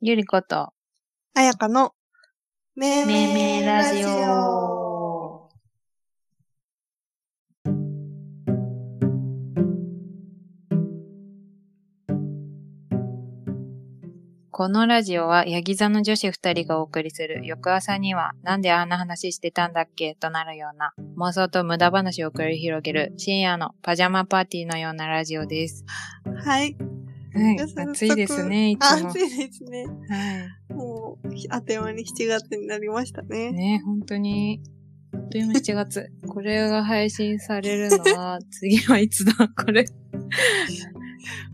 ゆりこと、あやかの、めめいめいラジ。オ。このラジオは、ヤギ座の女子二人がお送りする、翌朝には、なんであんな話してたんだっけとなるような、妄想と無駄話を繰り広げる、深夜のパジャマパーティーのようなラジオです。はい。はいじゃあ早速暑いですね、いつあも。は暑いですね。い。もう、あっという間に7月になりましたね。ね、本当に、あっという間7月。これが配信されるの は、次はいつだこれ。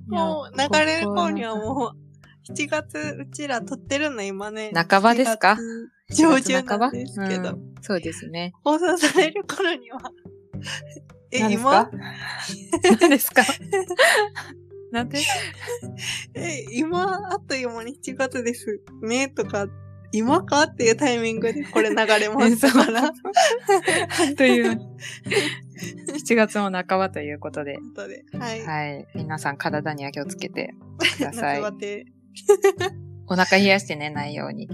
もう、流れる頃にはもう、7月、うちら撮ってるの今ね。半ばですか7月上旬なんですけど、うんそうですね。放送される頃には、え、何です今か何です かなんでえ、今、あっという間に7月ですね、とか、今かっていうタイミングでこれ流れますから そう。という。7月も半ばということで。本当で。はい。はい。皆さん体には気をつけてくださ夏い。バテ。お腹冷やして寝ないように。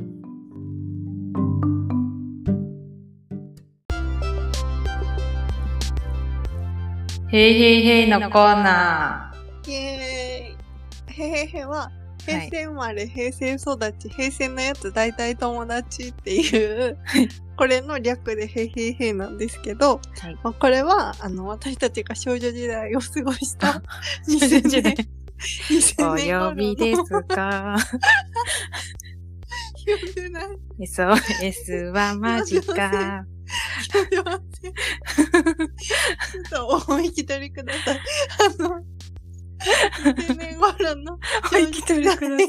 へいへいへいのコーナイエーイ。へへへは、平成生まれ、平成育ち、平成のやつ大体友達っていう、これの略でへへへなんですけど、ー。はい。まあ、これは、あの、私たちが少女時代を過ごした、 2000 2000年年。。お2000年頃呼のびです か呼んでない。 ?SOS はマジ か。すいません。ちょっとお引き取りください。あの、2000年頃のお引き取りください2000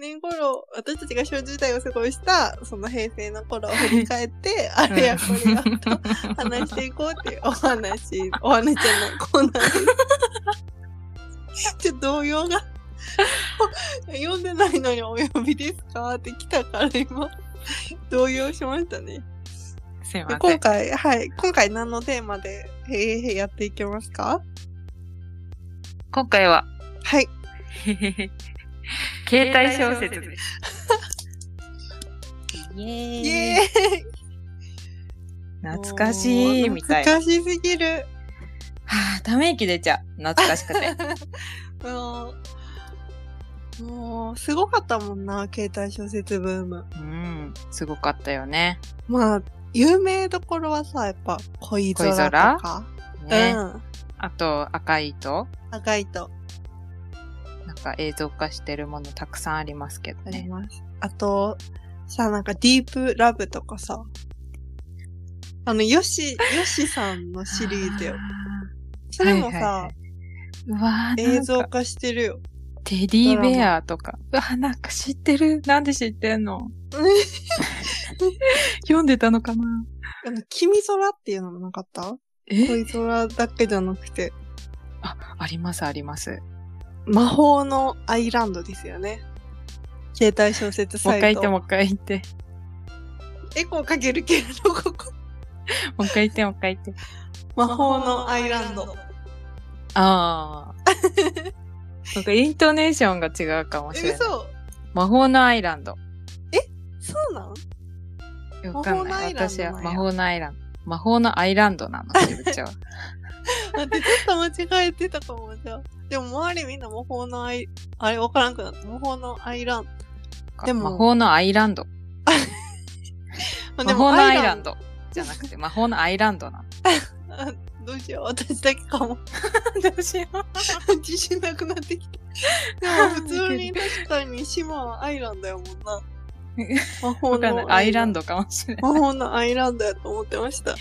年頃、私たちが少女時代を過ごした、その平成の頃を振り返って、あれやこれやと 話していこうっていうお話、お話じゃない、コーナーです。ちょっと動揺が、読んでないのにお呼びですかって来たから今、動揺しましたね。すいでませ今ん。回、はい、今回何のテーマで、へいへいやっていきますか今回 は、はい。携帯小説です。イイエエーイ。懐かしい、みたいな。懐かしすぎる。はあ、ため息出ちゃう。懐かしく て。もう、もう、すごかったもんな、携帯小説ブーム。うん、すごかったよね。まあ、有名どころはさ、やっぱ、恋空とか。ね。うん。あと、赤い糸。赤いとなんか映像化してるものたくさんありますけどありね。ます。あと、さ、なんか、ディープラブとかさ。あの、ヨシ、ヨシさんのシリーズよあ。それもはさ、いはいはー。うわー映なん像か、化してるよ。テディベアとか。うわーなんか知ってる。なんで知ってんの 読んでたのかなあの、君空っていうのもなかったえ恋空だけじゃなくて、あ、ありますあります。魔法のアイランドですよね。携帯小説もうサ一回イ言ト。って、もう一回言って。 エコーかけるけれど、ここ。もう一回言って、もう一回言って。魔法のアイランド。ああ。 なんかイントネーションが違うかもしれえ、ない。嘘魔法のアイランド。そうなんわかん魔法のなアい。イランド私はなんや魔法のアイランド。魔法のアイランドなのって言っちゃう。待って、ちょっと間違えてたかも、じゃあ。でも、周りみんな魔法のアイ、あれ、わからんくなった。魔法のアイランでも魔法のアイランド。ド。魔法のアイランド。じゃなくて、魔法のアイランドなの。ド。あどうしよう、私だけかも。私は。自信なくなってきた。でも普 通に確かに島はアイランドやもんな。魔法わかんない。アイランド。ドかもしれない。魔法のアイランドやと思ってました。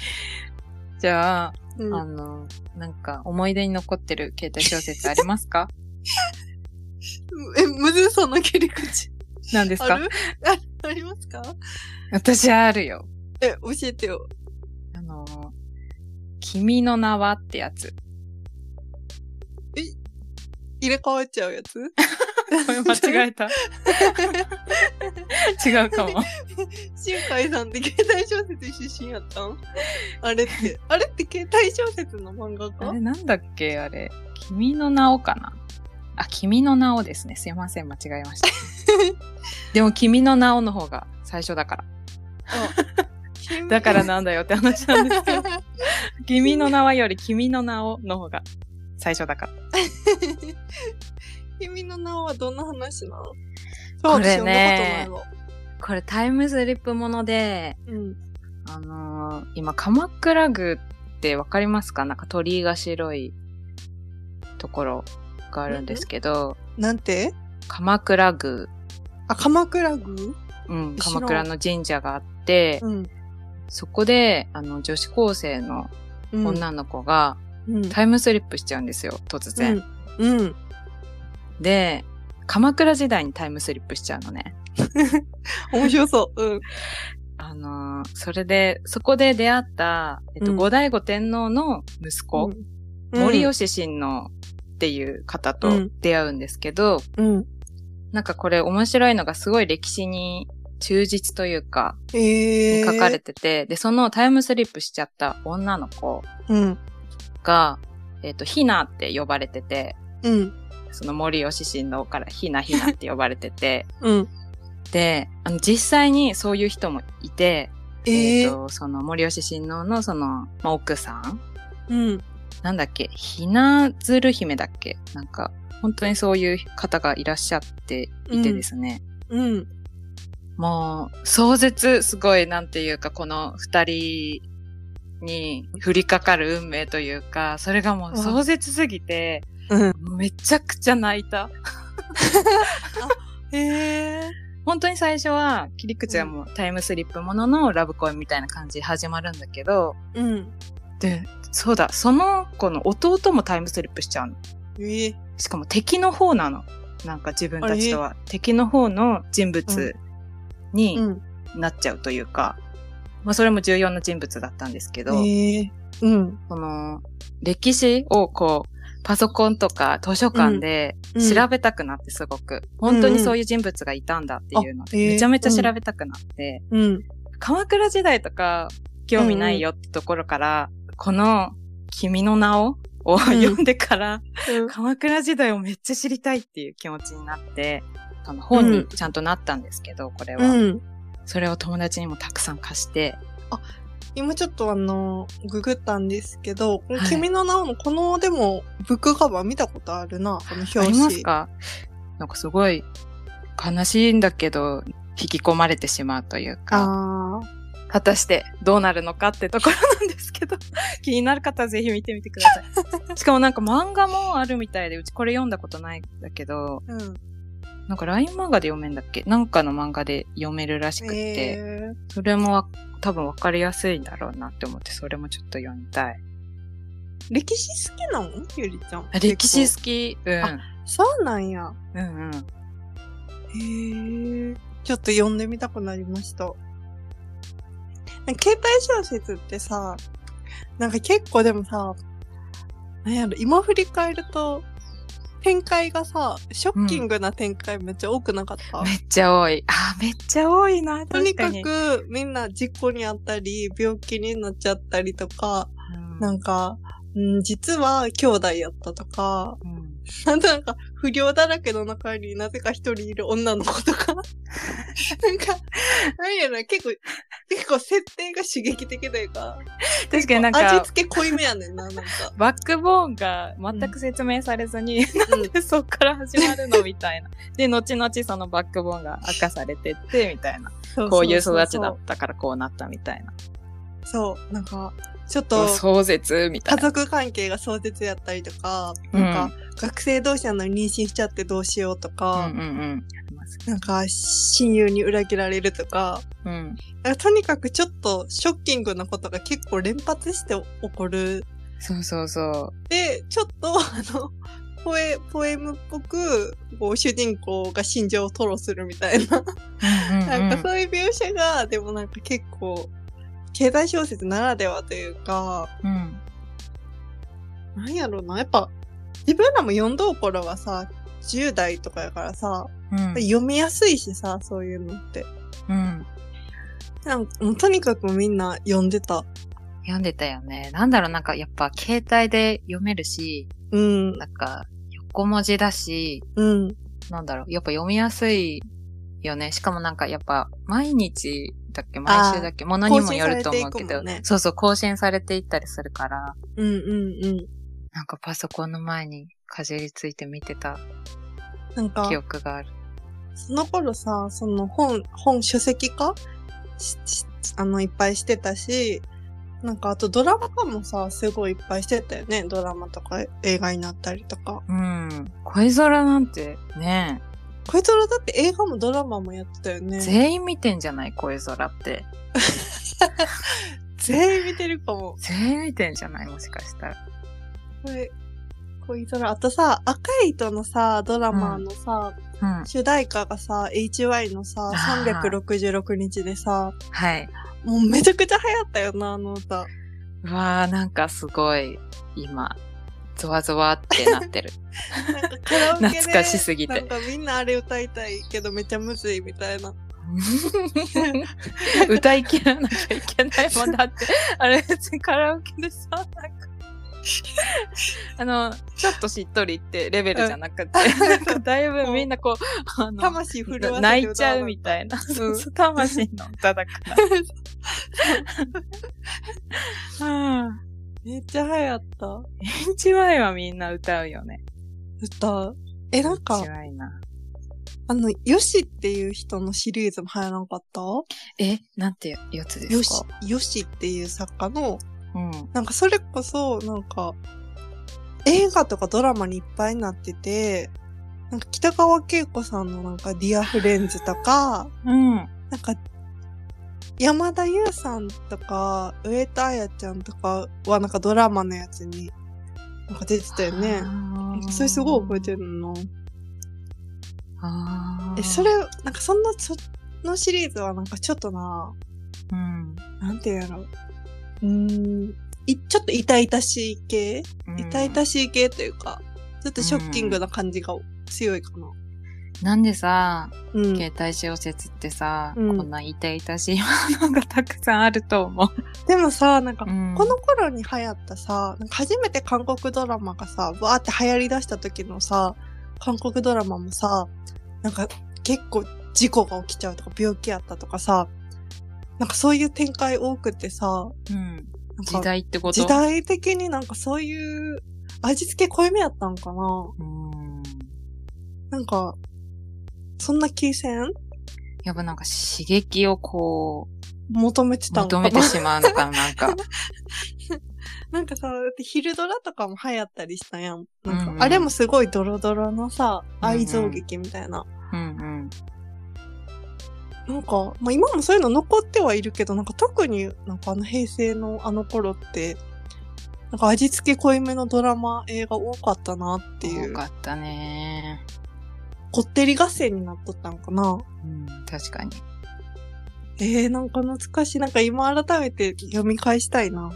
じゃあ、うんあの、なんか思い出に残ってる携帯小説 ありますかえ、むずその切り口。何ですあかるあありますか私あるよ。え、教えてよ。あの、君の名はってや つ。入れ替わっちゃうやつこれ間違え た。違うかも。 新海さんって携帯小説出身やったんあれって、あれって携帯小説の漫画あかれなんだっけあれ。君の名をかなあ、君の名をですね。すいません、間違えま した。でも、君の名をの方が最初だから。だからなんだよって話なんです けど、君の名はより君の名をの方が最初だから。君の名はどんな話なのこれねそう、私読んだここれタイムスリップもので、とないわ。あのー今、鎌倉宮ってわかりますかなんか鳥居が白いところがあるんですけど、うん。なんて鎌倉宮、あ、鎌倉宮うん、知らん鎌倉の神社があって、うん。そこで、あの、女子高生のうん女の子がうん。タイムスリップしちゃうんですよ、突然。うん。うん。で、鎌倉時代にタイムスリップしちゃうのね。面白そう。うん。あのーそれで、そこで出会った、えっと、うん後醍醐天皇の息子、うん森吉親王っていう方とうん出会うんですけど、うん。なんかこれ面白いのがすごい歴史に忠実というか、ええー。書かれてて、で、そのタイムスリップしちゃった女の子うん。が、えっ、と、ひなって呼ばれてて、うん。その森吉親王からひなひなって呼ばれてて、 うん。で、あの、実際にそういう人もいて、えええっ、ー。と、その森吉親王のその、まあ、奥さんうん。なんだっけ、ひなずる姫だっけなんか、本当にそういう方がいらっしゃっていてですね。うん。もう、壮絶、すごい、なんていうか、この二人に降りかかる運命というか、それがもう壮絶すぎて、うん。めちゃくちゃ泣いた。ええ本当に最初は、切り口はもうタイムスリップもののラブコイみたいな感じで始まるんだけど、ー。うん。で、そうだ、その子の弟もタイムスリップしちゃうの。ええー。しかも敵の方なの。なんか自分たちとは敵の方の人物にうん。なっちゃうというか、まあそれも重要な人物だったんですけど、ええー。うん。この歴史をこう、パソコンとか図書館でうんうん調べたくなってすごく、本当にそういう人物がいたんだっていうのあへで、えめちゃめちゃ調べたくなって、うん。鎌倉時代とか興味ないよってところから、この君の名をを読んでから、鎌倉時代をめっちゃ知りたいっていう気持ちになって、あの本にちゃんとなったんですけど、これは、うん。それを友達にもたくさん貸して、今ちょっとあの、ググったんですけど、このはい君の名をのこの、でも、ブックカバー見たことあるな、この表あ紙。りますかなんかすごい悲しいんだけど、引き込まれてしまうというか、あー果たしてどうなるのかってところなんですけど、 気になる方はぜひ見てみてくだ さい。しかもなんか漫画もあるみたいで、うちこれ読んだことないんだけど、うん。なんか LINE 漫画で読めんだっけなんかの漫画で読めるらしくって、えー、それもわ多分分かりやすいんだろうなって思って、それもちょっと読みたい。歴史好きなのゆりちゃん。歴史結好き。うん。あ構そうなんや。うんうん。へーちょっと読んでみたくなりました。なんか携帯小説ってさ、なんか結構でもさ、なんやろ、今振り返ると、展開がさ、ショッキングな展開めっちゃ多くなかった。めっちゃ多い。あー、めっちゃ多いな。とに確かかに。くみんな事故にあったり、病気になっちゃったりとか、うんなんか、うん、実は兄弟やったとか、 うんなんとなんか、不良だらけの中になぜか一人いる女の子とか。 なんか、なんやろ、結構、結構設定が刺激的というか、確かになんか味、付け濃いめやねんな、 なんか。バックボーンが全く説明されずに、で そっから始まるのみたいな。で、後々そのバックボーンが明かされてって、みたいな。こういう育ちだったからこうなったみたいな。そう、なんか、ちょっうとん、壮絶みたい家な。族関係が壮絶やったりとか、うんなんか、学生同士なのに妊娠しちゃってどうしようとか、うんうんうん。ありますなんか、親友に裏切られるとか、うん。なんかとにかくちょっとショッキングなことが結構連発して起こるそうそう そで、ちょっと、あの、ポエ、ポエムっぽく、こう、主人公が心情を吐露するみたいな、う。なんかうそういう描写が、でもなんか結構、携帯小説ならではというか、んうんうん。なんやろな、やっぱ、自分らも読んどう頃はさ、10代とかやからさ、うん読みやすいしさ、そういうのって。うん。なんかもうとにかくみんな読んでた。読んでたよね。なんだろう、なんかやっぱ携帯で読めるし、うん。なんか、よ横文字だし、うん。なんだろう、やっぱ読みやすいよね。しかもなんかやっぱ毎日だっけ毎週だっけものにもよると思うけ更新されていくもど、んねそうそう、更新されていったりするから、うんうんうん。なんかパソコンの前にかじりついて見てたなんか記、憶がある。その頃さ、その本、本書籍化ししあの、いっぱいしてたし、なんかあとドラマ化もさ、すごいいっぱいしてたよね。ドラマとか映画になったりとか。うん。恋空なんてね、こいつらだって映画もドラマもやってたよね。全員見てんじゃない恋空って。全員見てるかも。全員見てんじゃないもしかしたら。これ、こいつら。あとさ、赤い糸のさ、ドラマのさ、うん。主題歌がさ、HY のさ、あー366日でさ、はい。もうめちゃくちゃ流行ったよな、あの歌。うわー、なんかすごい、今、ゾワゾワってな ってる。なんかカラオケで懐かしすぎてなんかみんなあれ歌いたいけどめっちゃむずいみたいな。歌い切らなきゃいけないもんだって、あれ別にカラオケでさ、なんか、あの、ちょっとしっとりってレベルじゃなくて、なんかだいぶみんなこう、あの、魂震わせて歌う泣いちゃうみたいな、そうそう魂の歌だから。うん。めっちゃ流行った。 HY はみんな歌うよね。歌。え、なんか、 HY な。あの、ヨシっていう人のシリーズも流行らなかったえ、なんてやつでヨすシか、ヨシっていう作家の、うん。なんかそれこそ、なんか、映画とかドラマにいっぱいになってて、なんか北川景子さんのなんかディアフレンズとか、うん。なんか、山田優さんとか、上田彩ちゃんとかはなんかドラマのやつに、なんか出てたよね。それすごい覚えてる。るの。あーえ、それ、、なんかそんな、そのシリーズはなんかちょっとな、うん。なんていうんやろう。うーん、い、ちょっと痛々しい系痛々しい系というか、ちょっとショッキングな感じが強いかな。なんでさ、うん。で携帯小説ってさ、うんこんな痛々しいものがたくさんあると思う。 もさ、なんか、うんこの頃に流行ったさ、なんか初めて韓国ドラマがさ、わーって流行り出した時のさ、韓国ドラマもさ、なんか結構事故が起きちゃうとか病気やったとかさ、なんかそういう展開多くてさ、うんなん時か代ってこと時代的になんかそういう味付け濃いめやったんかなうん。なんか、そんな気せんやっぱなんか刺激をこ求めてう、たんか求なめてしまうのかな、なん か。なんかさ、だって昼ドラとかも流行ったりしたやん。なんか、うんうんあれもすごいドロドロのさ、うんうん愛憎劇みたいな。うんなんか、まあ今もそういうの残ってはいるけど、なんか特になんかあの平成のあの頃って、なんか味付け濃いめのドラマ、映画多かったなってうん。いよう。かったね。こってり合戦になっとったんかな。うん、確かに。えー、なんか懐かしい。なんか今改めて読み返したいな。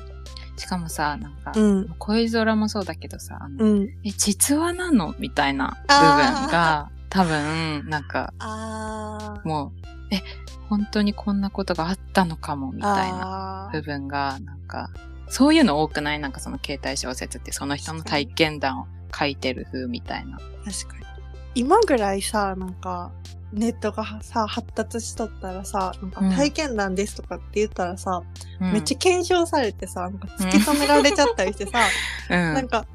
しかもさ、なんか、うん。恋空もそうだけどさ、あのうん。え、実話なのみたいな部分が、多分、なんか、あー。もう、え、本当にこんなことがあったのかも、みたいなあ部分が、なんか、そういうの多くないなんかその携帯小説って、その人の体験談を書いてる風みたいな。確かに今ぐらいさなんかネットがさ発達しとったらさなんかうん体験談ですとかって言ったらさ、うんめっちゃ検証されてさなんか突き止められちゃったりしてさ、 うんなんか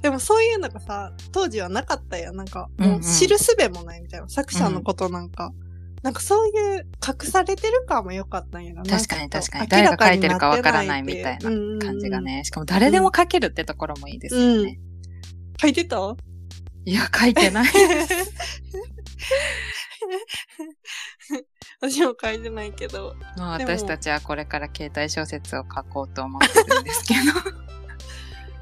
でもそういうのがさ当時はなかったやんなんかうんもううん知る術もないみたいな、作者のことなんか、なんかそういう隠されてる感も良かったんやな確かに確かになん誰が書いてるかわからないみたいな明らかになってないっていう感じがね。しかも誰でも書けるってところもいいですよね。うん書いてたいや、書いて ない。私も書いてないけどもうでも私たちはこれから携帯小説を書こうと思ってるんですけど。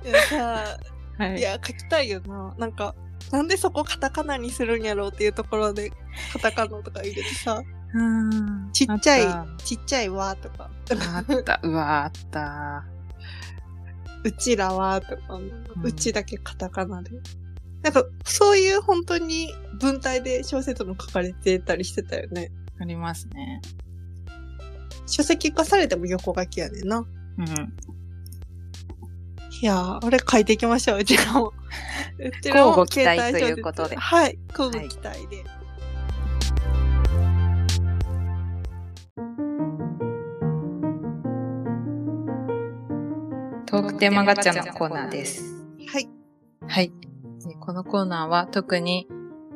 でもさ はいい。や、書きたいよな。なんか、なんでそこカタカナにするんやろうっていうところで、カタカナとか入れてさ、うんちっちゃいあっちっちゃいわとか、たあった。うわ、あった。うちらはとか、うちだけカタカナで。なんか、そういう本当に文体で小説も書かれてたりしてたよね。ありますね。書籍化されても横書きやねんな。うん。 いやー、あれ書いていきましょう、うちらも。うちらも乞うご期待携帯ということで小説はい、交互期待で。トークテーマガチャのコーナーです。はい、はい。えーこのコーナーは特に、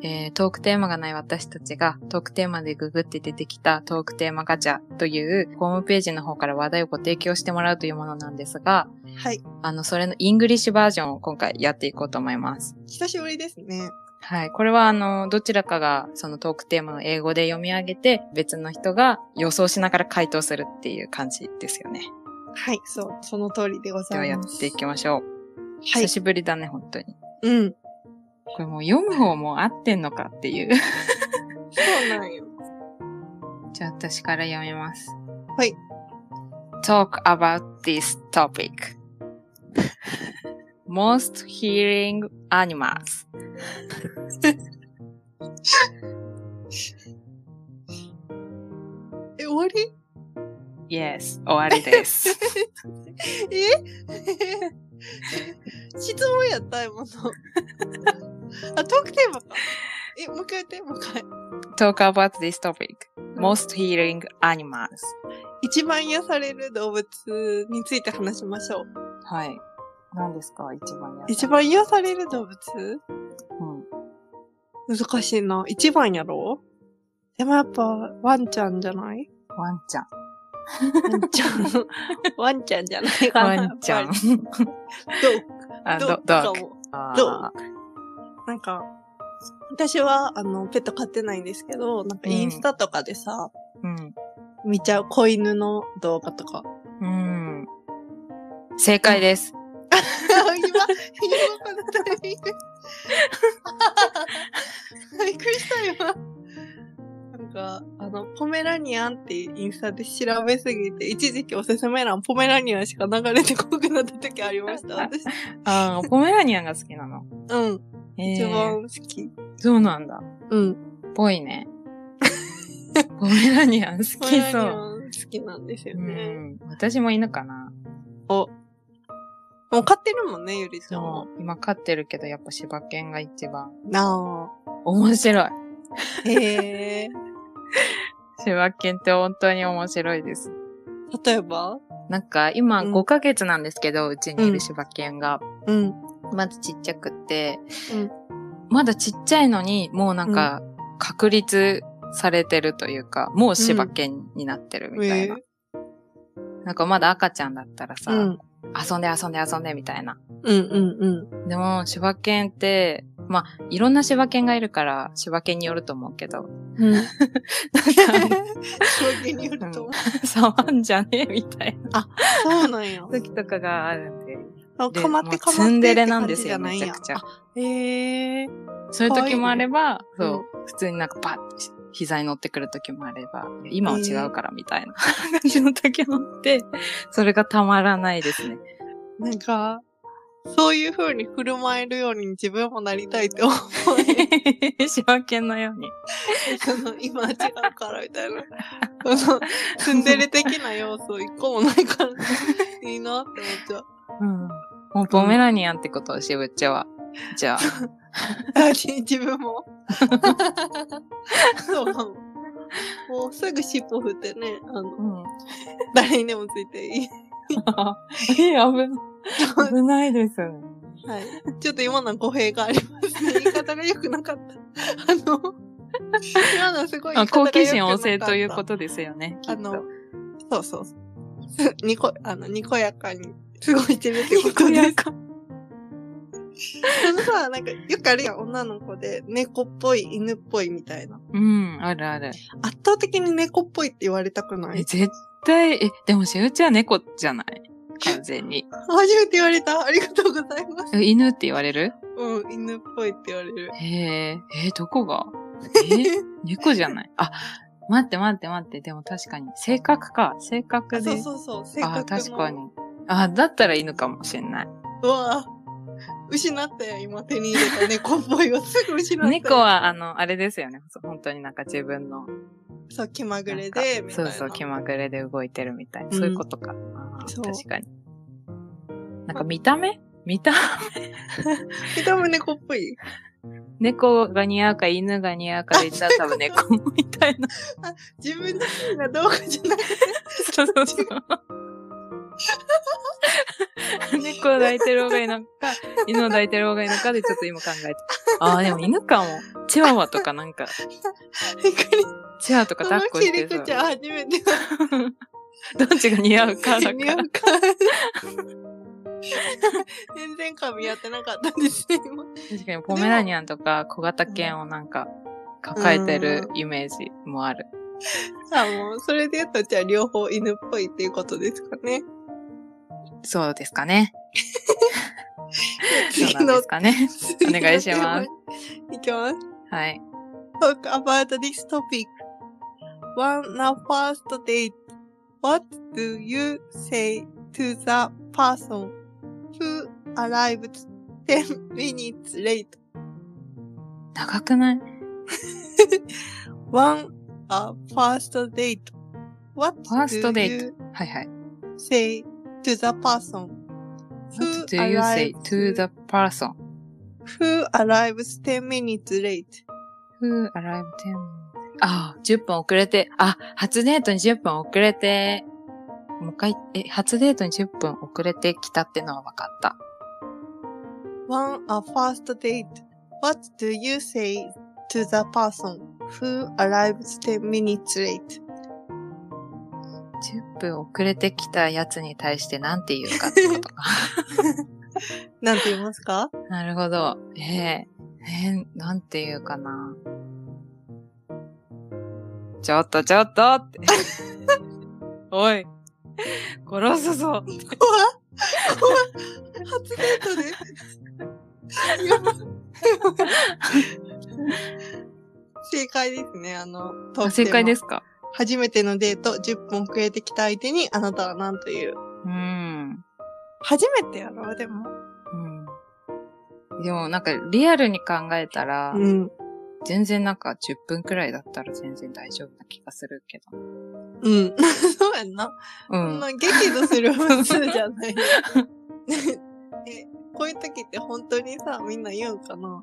えートークテーマがない私たちがトークテーマでググって出てきたトークテーマガチャというホームページの方から話題をご提供してもらうというものなんですが、はい、あの、それのイングリッシュバージョンを今回やっていこうと思います。久しぶりですね。はい。これはあの、どちらかがそのトークテーマを英語で読み上げて、別の人が予想しながら回答するっていう感じですよね。はい、そう、その通りでごでざはいやっます。ていきましょう。はい久、しぶりだね、本当に。うん。これもう読む方も合ってんのかっていう。そうなんよ。じゃあ私から読みます。はい。 Talk about this topic. Most hearing animals. え、終わり Yes. 終わりです。 え 質問やった今の。 あ、トークテーマか。え、もう一回やって、もう一回。 Talk about this topic. Most hearing animals. 一番癒される動物について話しましょう。はい。何ですか一番や一番癒される動物うん。難しいな。一番やろでもやっぱ、ワンちゃんじゃないワンちゃん。ワンちゃん。ワンちゃんじゃないかな。 ワンちゃやん っ。ぱあ、ドりドッグ。ドドッッグかグ。も。あドーなんか、私は、あの、ペット飼ってないんですけど、なんかうんインスタとかでさ、うん。見ちゃう子犬の動画とか。うん。正解です。今、 今このタイミング。びっくりしたよ。なんか、あの、ポメラニアンってインスタで調べすぎて、一時期おすすめ欄ポメラニアンしか流れてこなくなった時ありま した、私。ああ、ポメラニアンが好きなの。うん。え一え。番好き。そうなんだ。うん。ぽいね。ポメラニアン好ポメきラニそアう。ン好きなんですようね。ん、私も犬かな。もう飼ってるもんね、ゆりちゃんそも。う。今飼ってるけど、やっぱ柴犬が一番。な面白い。あ。へえ。 柴犬って本当に面白いです。例えばなんか、今うん5ヶ月なんですけど、うちにいる柴犬が。うん。まだちっちゃくって、うんまだちっちゃいのに、もうなんか、確立されてるというか、もう柴犬になってるみたいな。えなんかまだ赤ちゃんだったらさ、うん。遊んで遊んで遊んでみたいな。うんうんうん。でも、柴犬って、まあ、いろんな柴犬がいるから、柴犬によると思うけど、うん。なんか、証言によると。触んじゃねえみたいなそうなんや。時とかがあるんで。あでかまっもうてかまって。ツンデレなんですよ、ないめちゃんやくちゃ。あへえ。そういう時もあれば、可愛いねそう、普通になんかパッて膝に乗ってくる時もあれば、いや今は違うからみたいな感じの 時もあって、それがたまらないですね。なんか、そういう風に振る舞えるように自分もなりたいって思う。 柴犬のように。その、今は違うからみたい な。その、ツンデレ的な要素一個もないから、いいなって思っちゃう。うん。もうポメラニアンってことをしぶっちゃは。じゃあ。あじ自分 も。そうかも。もうすぐ尻尾振ってね、あの、うん。誰にでもついていい。え、危ない。危ないです。はい。ちょっと今のは語弊がありますね。言い方が良くなかった。あの、今のはすごい言あい方好が良くなかった。奇心旺盛ということですよね。きあっとの、そうそうそう。にこ、あの、にこやかに過ごしてるってことです。か。あのさ、なんか、よくあるやん、女の子で、猫っぽい、犬っぽいみたいな。うん、あるある。圧倒的に猫っぽいって言われたくなえ、い絶対、え、でもしうちは猫じゃない完全に。初めて言われた。ありがとうございます。え犬って言われるうん、犬っぽいって言われる。へえ、え、どこが え、猫じゃないあ、待って待って待って、でも確かに、性格か、性格あで。そうそうそう、性格あ、の。確かに。あ、だったら犬かもしんない。うわぁ。失ったよ、今手に入れた猫っぽいをすぐ失った。猫。は、あの、あれですよね。そう本当になんか自分のそう、気まぐなれんかで、みたいそうな。そう、気ままぐれで動いてるみたいな。うんそういうことか。あーそう確かに。なんか見た目 見た見た目猫っぽい。猫が似合うか犬が似合うかで言ったら多分猫みた いな。自分自身がどうかじゃなくて、そうそうそう。猫を抱いてる方がいいのか、犬を抱いてる方がいいのかでちょっと今考えて。ああ、でも犬かも。チワワとかなんか、びっくりしチワワとかた。抱っこ楽しいして猫さちゃん初めて。どっちが似合うかだか 似合らう。か全然噛み合ってなかったですね、今。確かにポメラニアンとか小型犬をなんか抱えてるイメージもある。さあもう、それで言うと、じゃあ両方犬っぽいっていうことですかね。そうですかね。そう次なんでのす、か ね。次のお願いします テーマに。いきます。はい。 talk about this topic. On a first date, what do you say to the person who arrived 10 minutes late? 長くない On a first uh, date, what First do date. you はいはい。 say to the person who What do you say arrives- to the person who arrives 10 minutes late? who arrived in? ああ、10分遅れて、あ、初デートに10分遅れて、もう一回、え、初デートに10分遅れてきたってのは分かった。 On a first date, what do you say to the person who arrives 10 minutes late? 10分遅れてきたやつに対してなんて言うかってことか。なんて言いますかなるほど。ええええなんて言うかな。ちょっとちょっとって。おい、殺すぞ。怖っ怖っ初デートでやばい正解ですね、あの、。あ正解ですすか初めてのデート、10分遅れてきた相手に、あなたは何という。うん。初めてやろ、でも。うん。でもなんかリアルに考えたら、うん。全然なんか10分くらいだったら全然大丈夫な気がするけど。うん。 そうやんな。うそんん。な激怒する普通じゃない。 え、こういう時って本当にさ、みんな言うんかな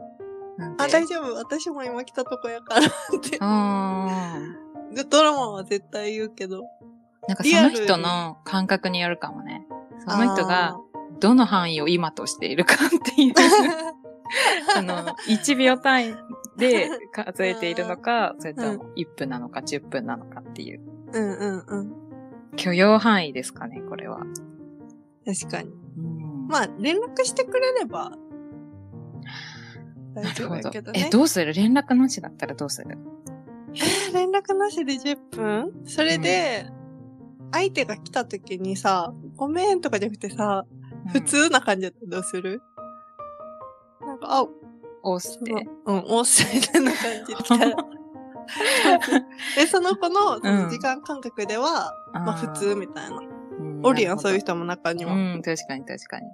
なんであ、大丈夫、私も今来た とこやからって。あードラマは絶対言うけど。なんかリそアのル人の感覚によるかもね。その人が、どの範囲を今としているかって いうあー、 あの、1秒単位 で数えているのか、それとも1分なのか10分なのかっていう、うんうんうん。許容範囲ですかね、これは。確かに。うんまあ、連絡してくれれば、大な丈る夫ほやどけど。ねえ、。どうする連絡なしだったらどうする連絡なしで10分それで、相手が来た時にさ、ごめんとかじゃなくてさ、普。うん通な感じだったらどうする、なんか、あ、押しそのて。うん、おっしゃるな感じで来たら。で、その子のその時間感覚では、まあ普通みたいな。あー。おるやん、そういう人人も中には。うん、確かに確かに。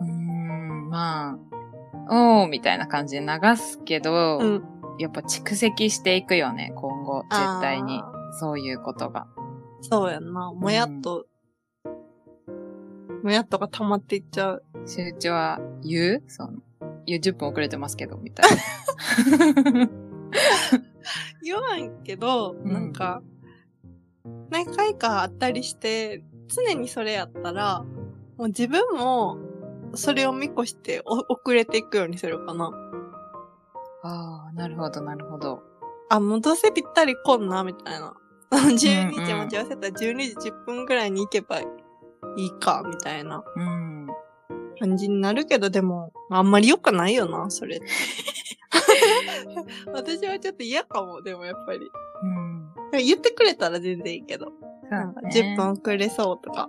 うーん、まあ、おーみたいな感じで流すけど、うんやっぱ蓄積していくよね、今後、絶対にあ。そういうことが。そうやんな。もやっと、もやっとが溜まっていっちゃう。集中は言うその、いや、10分遅れてますけど、みたい な。言わんけど、んなんか、何回かあったりして、常にそれやったら、もう自分も、それを見越してお遅れていくようにするかな。ああ、なるほど、なるほど。あ、もうどうせぴったり来んな、みたいな。12時待ち合わせたら12時10分ぐらいに行けばいいか、みたいなうん。感じになるけど、でも、あんまり良くないよな、それ。 私はちょっと嫌かも、でもやっぱり。うん。言ってくれたら全然いいけど。なんか10分分。遅れそうとか。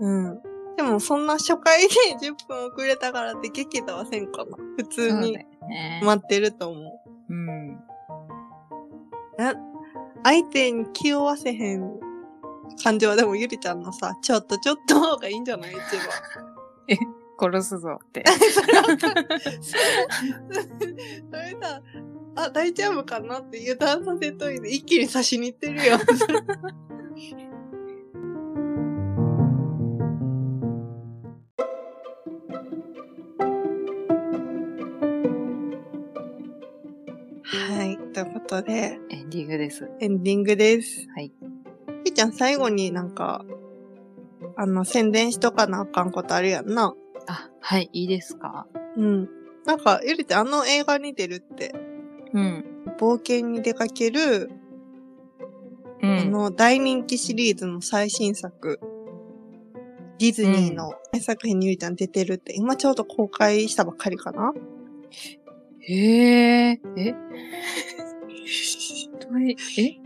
うんうん。でもそんな初回で 10分遅れたからって激怒はせんかな。普通そうにだよね。待ってると思うん。う。な相手に気負わせへん感情はでもゆりちゃんのさ、ちょっとちょっとの方がいいんじゃない一殺すぞ って。番。そ れさ、あ、大丈夫かなって油断させといて一気に刺しに行ってるよ。ことで、エンディングです。エンディングです。はい。ひーちゃん、最後になんか、あの、宣伝しとかなあかんことあるやんな。あ、はい、いいですかうん。なんか、ゆりってあの映画に出るって、うん。冒険に出かける、うあん。の、大人気シリーズの最新作、ディズニーの作品にゆりちゃん出てるって、今ちょうど公開したばっかりかなへえ、え どういえ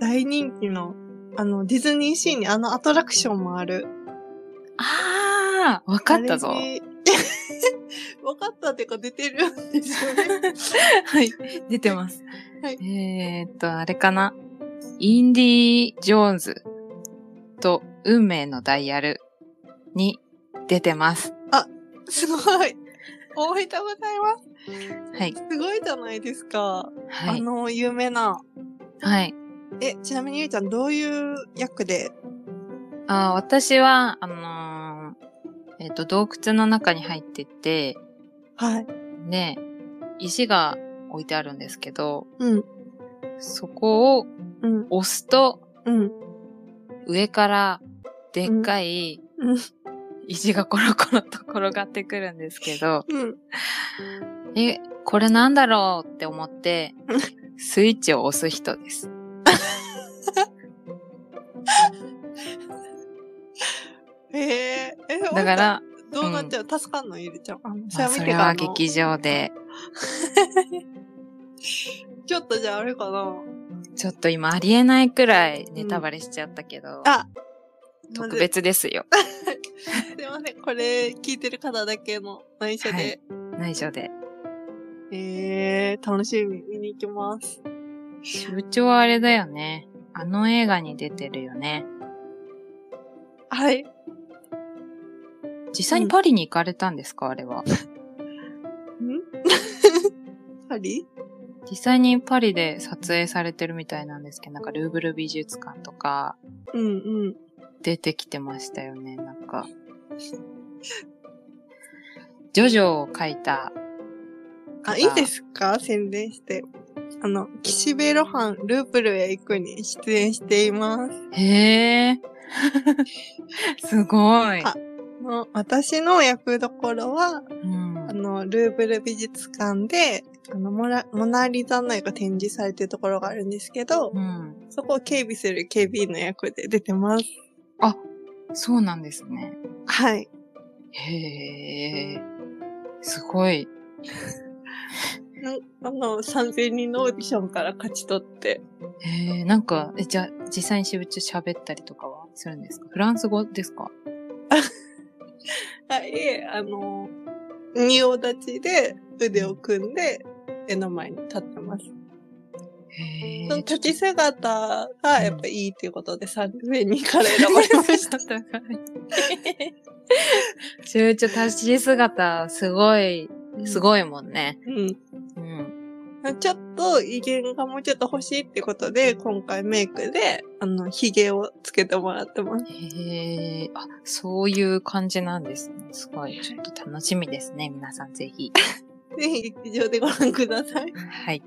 大人気の、あの、ディズニーシーにあのアトラクションもある。あー、わかったぞあ。れに。 分かったっていうか出てるんですよ ね。はい、出てます。はいえーっと、あれかな。インディ・ジョーンズと運命のダイヤルに出てます。すごい。おめでとうございます。はい、すごいじゃないですか。はあい、の、有名な。はい。え、ちなみにゆいちゃん、どういう役であー私は、あのーえーっと、洞窟の中に入ってて、はい。ね、石が置いてあるんですけど、うん。そこをうん。押すとうん。上からでっかいうんうん石がコロコロと転がってくるんですけど、 うん。え、これなんだろうって思 って、スイッチを押す人です。へえ。え、だか、ら、どうなっちゃう、助かんのゆりちゃん。あの、まあ、それは劇場で、のちょっとじゃああれかな。ちょっと今ありえないくらいネタバレしちゃったけど、あ特別ですよ。すいません。これ、聞いてる方だけの内緒で。内緒で。えー、楽しみ。見に行きます。部長はあれだよね。あの映画に出てるよね。はい。実際にパリに行かれたんですかあれは。パリ実際にパリで撮影されてるみたいなんですけど、なんかルーブル美術館とかうんうん。出てきてましたよね、なんか。ジョジョを描いた。あ、いいですか宣伝して。あの、岸辺露伴ループルへ行くに出演しています。へえ。すごい。あの私の役どころは、うんあの、ルーブル美術館で、あの、モラモナリザの絵が展示されてるところがあるんですけど、うん。そこを警備する警備員の役で出てます。そうなんですね。はい。へえ。すごい。なんあの、3000人のオーディションから勝ち取って。へえ、なんか、え、じゃあ、実際に渋中喋ったりとかはするんですかフランス語ですかはい、えあの、仁王立ちで腕を組んで、絵の前に立ってます。へえ。その立ち姿がやっぱいいっていうことで3000人から選 ばれました。ちゅうちょ立ち姿、すごい、すい。ごいもんね。ううん。ん。ちょっと威厳がもうちょっと欲しいってことで、今回メイクで、あの、髭をつけてもらってます。 へえ、あ、そういう感じなんですね。すごい、ちょっと楽しみですね。皆さんぜひ。ぜひ劇場でご覧ください。はい。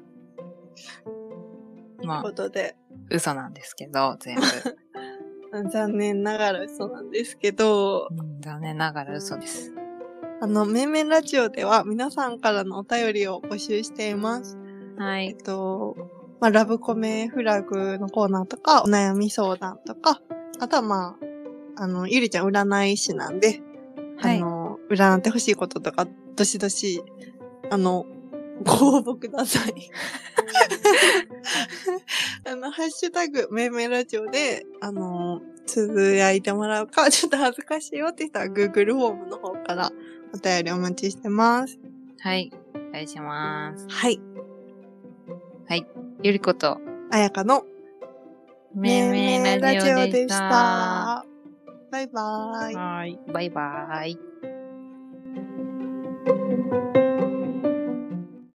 というまこあ、とで、嘘なんですけど、全 部。残念ながら嘘なんですけど、うん残念ながら嘘です。あの、めんめんラジオでは皆さんからのお便りを募集しています。はえっい。と、まあ、ラブコメフラグのコーナーとか、お悩み相談とか、あとはまあ、あの、ゆりちゃん占い師なんで、はあい。の、占ってほしいこととか、どしどし、あの、ご応募くださ い。あの、ハッシュタグ、めいめいラジオで、あの、つぶやいてもらうか、ちょっと恥ずかしいよって人は Google フォームの方からお便りお待ちしてます。はい。お願いします。はい。ゆりこと、あやかのめんめんラジオでした。めんめいラジオでしたバイバイ。はい。バイバイ。